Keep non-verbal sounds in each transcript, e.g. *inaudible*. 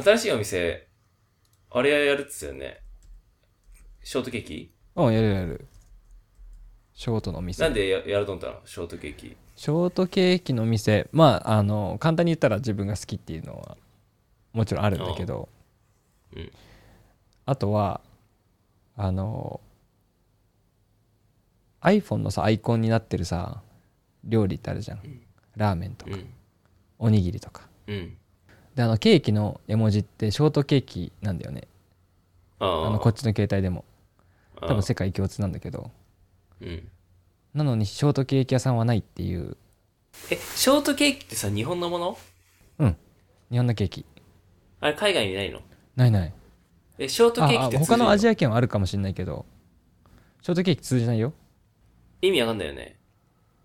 新しいお店、あれやるっつよね。ショートケーキうん、やるやる。ショートの店。なんでややると思ったのショートケーキ。ショートケーキの店まああの簡単に言ったら自分が好きっていうのはもちろんあるんだけどうんうんあとはあの iPhone のさアイコンになってるさ料理ってあるじゃんラーメンとうかん。おにぎりとかうん。であのケーキの絵文字ってショートケーキなんだよねあああのこっちの携帯でもああ多分世界共通なんだけどうん。なのにショートケーキ屋さんはないっていうえ、ショートケーキってさ、日本のもの日本のケーキあれ、海外にないのないないえ、ショートケーキっああて他のアジアア圏はあるかもしれないけどショートケーキ通じないよ意味わかんないよね。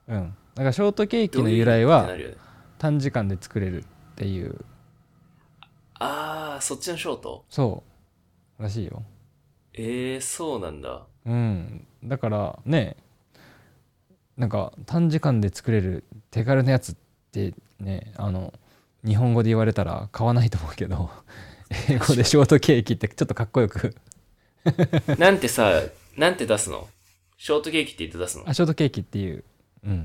うんだからショートケーキどのういう意味っ由来てなはるよね短時間で作れるっていうああ、そっちのショートそうらしいよええー、そうなんだ。うんだからねなんか短時間で作れる手軽なやつってねあの日本語で言われたら買わないと思うけど英語でショートケーキってちょっとかっこよくなんてさ、 *laughs* なんて出すのショートケーキって言って出すのあショートケーキっていう、うん、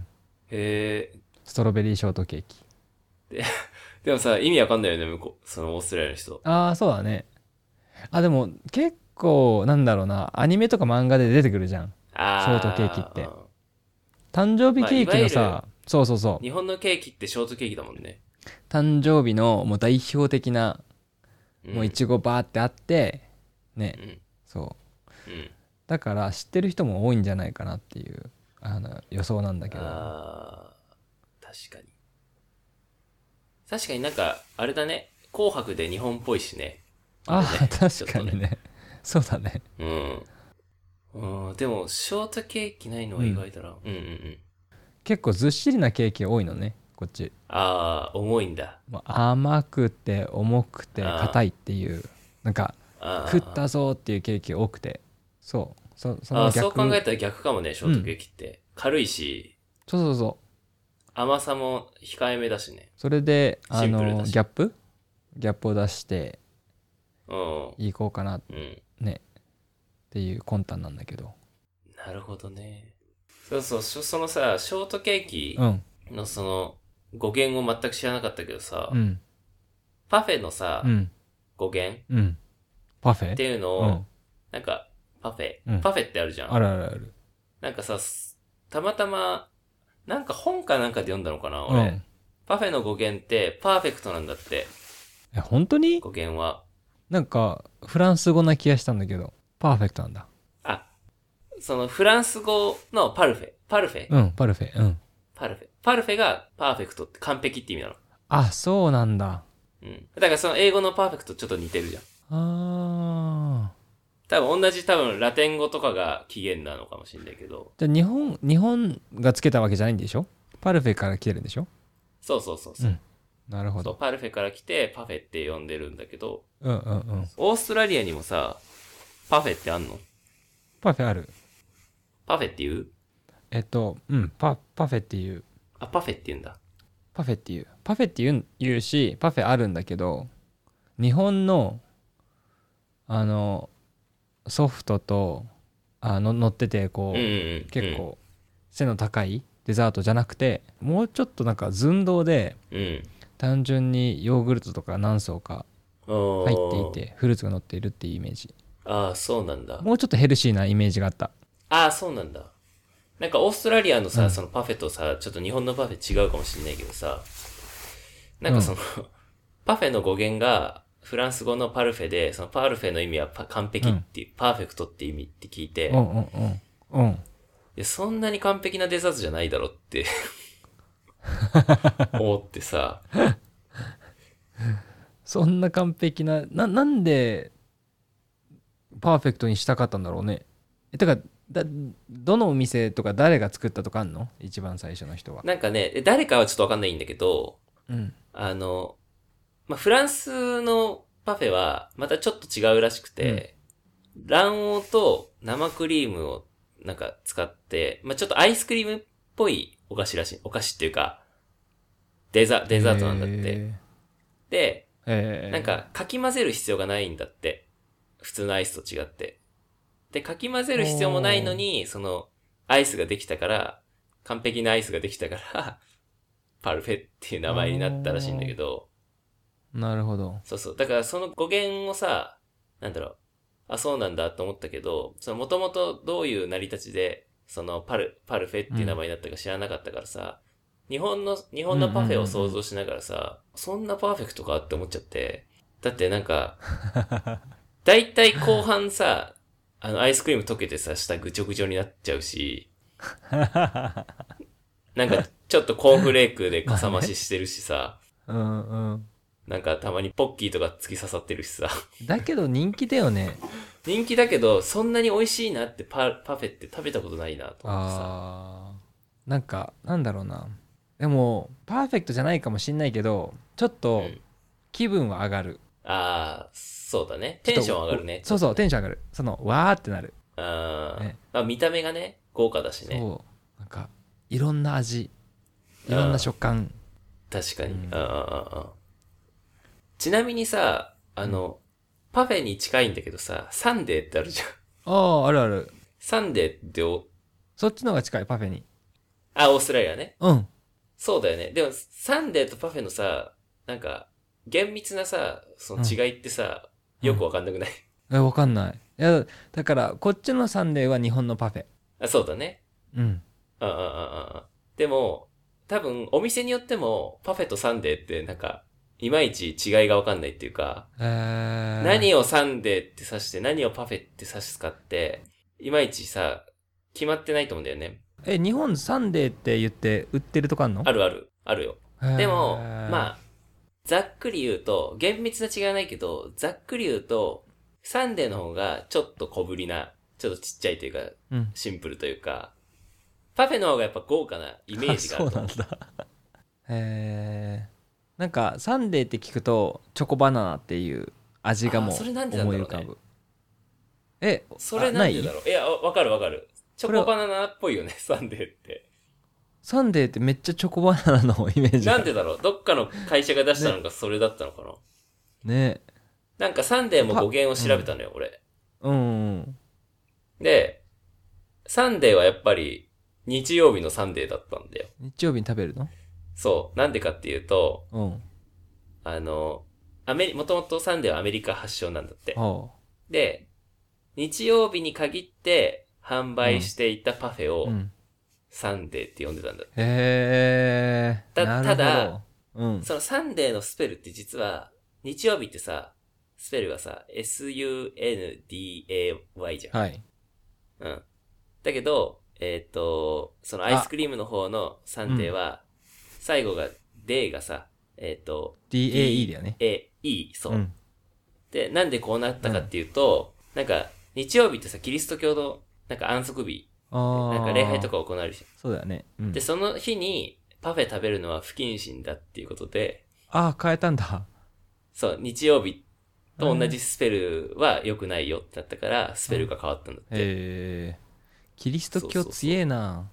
へえストロベリーショートケーキー。でもさ、意味わかんないよね、向こう。そのオーストラリアの人。ああそうだねあでも結構なんだろうなアニメとか漫画で出てくるじゃんあショートケーキってうん誕生日ケーキのまあいわさ、そうそうそう日本のケーキってショートケーキだもんね。誕生日のもう代表的なうんもういちごバーってあって、うねん。そううん。だから知ってる人も多いんじゃないかなっていうあの予想なんだけどあー確かに。確かになんか、あれだね。紅白で日本っぽいしね。あれあね *laughs* 確ちかょっとにねねそうだねうん。うん、でも、ショートケーキないのは意外だな。うん、うん、うん。結構ずっしりなケーキ多いのねこっちああ、重いんだ。もう甘くて重くてあー硬いっていうなんかあー食ったぞーっていうケーキ多くてそうそそあのー逆そう考えたら逆かもね、ショートケーキって。軽いし、そうそうそう甘さも控えめだしね。それであシンプルのだしギャップギャップを出してうん。いこうかなっうん。ねっていう魂胆なんだけどなるほどね。そうそう、そそのさ、ショートケーキうんのその語源を全く知らなかったけどさ、うんパフェのさ、うん語源うんパフっェていうのうを、んなんか、パフェ、うんパフェってあるじゃあん。るあるあるなんかさ、すたまたま、なんか本かなんかで読んだのかな、う俺。んパフェの語源って、パーフェクトなんだって、え本当に語源は。なんかフランス語な気がしたんだけどパーフェクトなんだあ、そのフランス語のパルフェ、パルフェ、うんパルフェうんパルフェ。パルフェがパーフェクトって完璧って意味なの。あそうなんだうん。だからその英語のパーフェクトちょっと似てるじゃん。あー多分同じ多分ラテン語とかが起源なのかもしれないけど。じゃあ日本日本がつけたわけじゃないんでしょパルフェから来てるんでしょそうそうそうそう。うんなるほそうどパルフェから来てパフェって呼んでるんだけど、うんうんうんオーストラリアにもさ、パフェってあんのパフェあるパフェって言うえっとうんパパフェっていうあ、パフェって言うんだ。パフェっていうパフェって言う言うしパフェあるんだけど日本のあのソフトとあの乗っててこうんう、うんうん。結構背の高いデザートじゃなくてもうちょっとなんか寸胴でうん。うん。単純にヨーグルトとか何層か入入っていてフルーツが乗っているっていうイメージああ、そうなんだ。もうちょっとヘルシーなイメージがあったああ、そうなんだ。なんかオーストラリアのさ、うんそのパフェとさ、ちょっと日本のパフェ違うかもしれないけどさ、なんかその、 *laughs* パフェの語源がフランス語のパルフェで、そのパルフェの意味はパ完璧っていう、パーフェクトって意味って聞いて、ういんうんうんうんやそんなに完璧なデザートじゃないだろって *laughs* 思ってさ、そんな完璧なななんでパーフェクトにしたかったんだろうねえてかだどのお店とか誰が作ったとかあんの一番最初の人はなんかね、え誰かはちょっとわかんないんだけど、うんあの、まあ、フランスのパフェはまたちょっと違うらしくて、卵黄と生クリームをなんか使って、まあ、ちょっとアイスクリームっぽいお菓子らしい、お菓子っていうか、デザ、デザートなんだって。へで、えー、なんか、かき混ぜる必要がないんだって。普通のアイスと違って。で、かき混ぜる必要もないのに、その、アイスができたから、完璧なアイスができたから、 *laughs* パルフェっていう名前になったらしいんだけど、なるほどそうそう。だからその語源をさ、なんだろう、あ、そうなんだと思ったけど、その元々どういう成り立ちで、そのパル、パルフェっていう名前になったか知らなかったからさ、日本の、日本のパフェを想像しながらさ、そんなパーフェクトかって思っちゃって、だってなんか、だいたい後半さ、あの、アイスクリーム溶けてさ、下ぐちょぐちょになっちゃうし、なんか、ちょっとコーンフレークでかさ増ししてるしさ、うんうんなんかたまにポッキーとか突き刺さってるしさ。 *laughs* だけど人気だよね人気だけど、そんなに美味しいなってパパフェって食べたことないなと思ってさ。あーなんかなんだろうなでもパーフェクトじゃないかもしんないけどちょっうとん気分は上がる、あー、そうだね。テンション上がるね。そうそうテンション上がるそのわーってなる、あーねあ見た目がね、豪華だしね。そうなんかいろんな味いろんな食感確かに。うんあーあーあーちなみにさ、あの、パフェに近いんだけどさ、サンデーってあるじゃん。 *laughs* あああるあるサンデーってお、そっちの方が近いパフェにあ、オーストラリアね。うんそうだよね。でも、サンデーとパフェのさ、なんか、厳密なさ、その違いってさ、うんよくわかんなくない、えわかんないいやだからこっちのサンデーは日本のパフェあ、そうだね。ううんんうんうんうんうん。でも、多分、お店によっても、パフェとサンデーって、なんか、いまいち違いがわかんないっていうか、えー、何をサンデーって指して、何をパフェって指すかって、いまいちさ、決まってないと思うんだよね。え日本サンデーって言って売ってるとこあんのあるある、あるよ。でも、あまあ、ざっくり言うと、厳密な違いはないけど、ざっくり言うと、サンデーの方がちょっと小ぶりな、ちょっとちっちゃいというか、うんシンプルというか、パフェの方がやっぱ豪華なイメージがあると思う。そうなんだえー、なんかサンデーって聞くとチョコバナナっていう味がもあうーそ思れいなんでなんだろう浮ねかぶ、えそれなんであだろういや、わわかるわかる。チョコバナナっぽいよね、 *laughs* サンデーって。サンデーってめっちゃチョコバナナのイメージがなんでだろうどっかの会社が出したのがそれだったのかな、ねなんかサンデーも語源を調べたのよ、俺。うんで、サンデーはやっぱり日曜日のサンデーだったんだよ。日曜日に食べるのそう。なんでかっていうと、うんあの、アメリ、もともとサンデーはアメリカ発祥なんだって。あで、日曜日に限って販売していたパフェあうをんサンデーって呼んでたんだ。へえたなるたほどだうんそのサンデーのスペルって実は、日曜日ってさ、スペルがさ、sunday じゃん。はいうん。だけど、えっ、と、そのアイスクリームの方のサンデーは、最後が、day がさ、えっ、と、 DAE だよね a, e, そう、うんで、なんでこうなったかっていうと、なんか、日曜日ってさ、キリスト教の、なんか安息日、ああなんか礼拝とか行われるじゃそうだよね、うんん。で、その日に、パフェ食べるのは不謹慎だっていうことで、ああ変えたんだそう、日曜日と同じスペルは良くないよってなったから、スペルが変わったんだって。ええキリストそう教そうそう強えな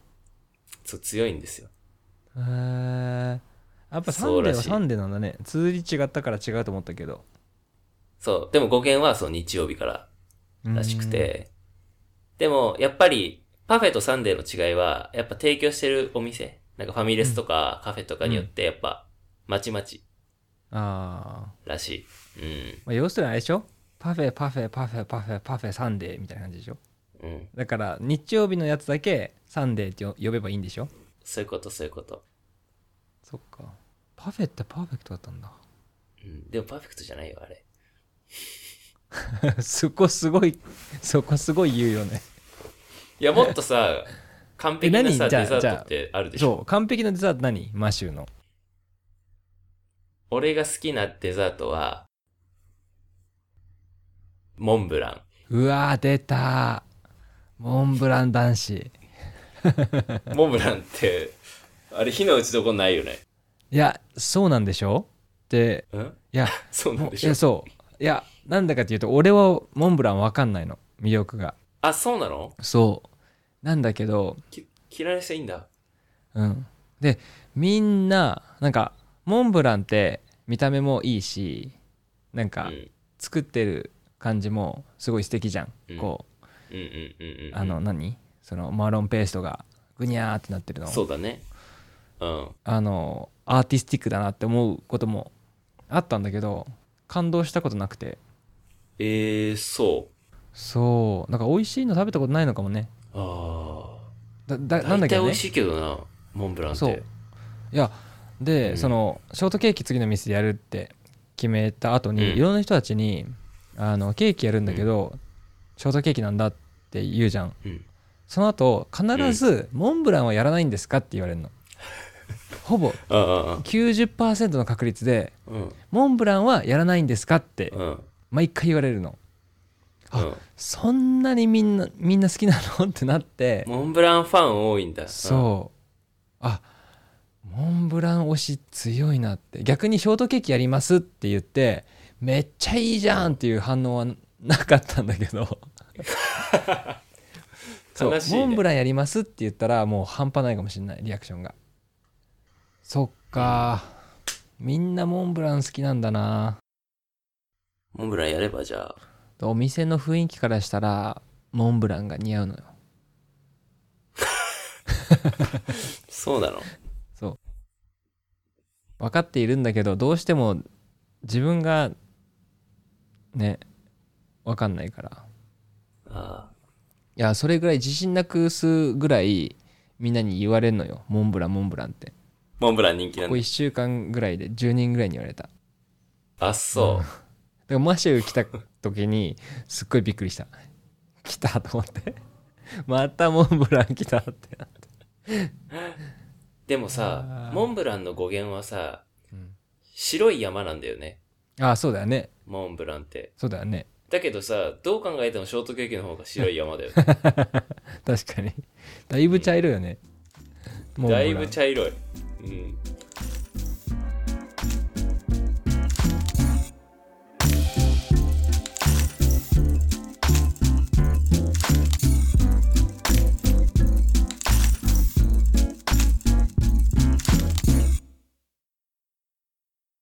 そう、強いんですよ。へえやっぱサそうンデらーしいはサンデーなんだね通り違ったから違うと思ったけどそう、でも語源はその日曜日かららしくて。でも、やっぱり、パフェとサンデーの違いは、やっぱ提供してるお店、なんかファミレスとかカフェとかによって、やっぱ、まちまちうんああ、らしい。まあ、要するにあれでしょパフェパフェパフェパフェパフェサンデーみたいな感じでしょうん。うん。だから日曜日のやつだけサンデーってよ呼べばいいんでしょそういうこと、そういうこと。そっかパフェってパーフェクトだったんだ *laughs* うん。でもパーフェクトじゃないよ、あれ。そこすごいそこすごい言う *laughs* よねいや、もっと *laughs* さ、完璧なえさ、何じゃあデザーじトゃあってあるでしょそう完璧なデザート何マシューの俺が好きなデザートは、モンブラうわー出たモンブラン男子ン。モンブランって、あれ、火の打ちどこないよね。いやそうなんでしょでうんいやそう *laughs* なんもでいしょやそういやなんだかっていうと俺はモンブランわかんないの魅力があ、そうなのそうなんだけどき嫌いな人いいんだ。うんでみんななんかモンブランって見た目もいいしなうんん。うかん作ってる感じもすごい素敵じゃん、うんこうんうんう。うんあの何そのマロンペーストがぐにゃーってなってるのそうだね。うん。あのアーティスティックだなって思うこともあったんだけど感動したことなくてえー、そそうなんか美味しいの食べたことないのかもねう。あだあ。だなんだ大け体ど美ね味しいけどな、モンブランって。そういやで、うんそのショートケーキ次の店でやるって決めた後に、うんいろんな人たちにあのケーキやるんだけど、ショートケーキなんだって言うじゃんうん。その後必ず、モンブランはやらないんですか?」って言われるのほぼああ、あ90%の確率であうん。 「モンブランはやらないんですか?」ってうん。毎回言われるのあうんそんなにみんなみんな好きなのってなってモンブランファン多いんだ。そうあモンブラン推し強いなって逆にショートケーキやりますって言ってめっちゃいいじゃんっていう反応はなかったんだけどそう悲しいねモンブランやりますって言ったらもう半端ないかもしれないリアクションがそっかみんなモンブラン好きなんだなうん。モンブランやればじゃあ。お店の雰囲気からしたらモンブランが似合うのよそうなの。そう分かっているんだけどどうしても自分がね分かんないからあいやそれぐらい自信なくすぐらいみんなに言われるのよモンブランモンブランってあ。モンブラン人気なこんこだ1。週間ぐらいで10人ぐらいに言われただかあ、 *laughs* そう。らマシュー来た時にすっごいびっくりした来たと思ってまたモンブラン来たってなってでもさあ、ーモンブランの語源はさ、うん白い山なんだよね。ああそうだよねモンブランって。そうだよねだけどさ、どう考えてもショートケーキの方が白い山だよ。 *laughs* 確かにだいぶ茶色よね、モンブだランいぶ茶色い。うん。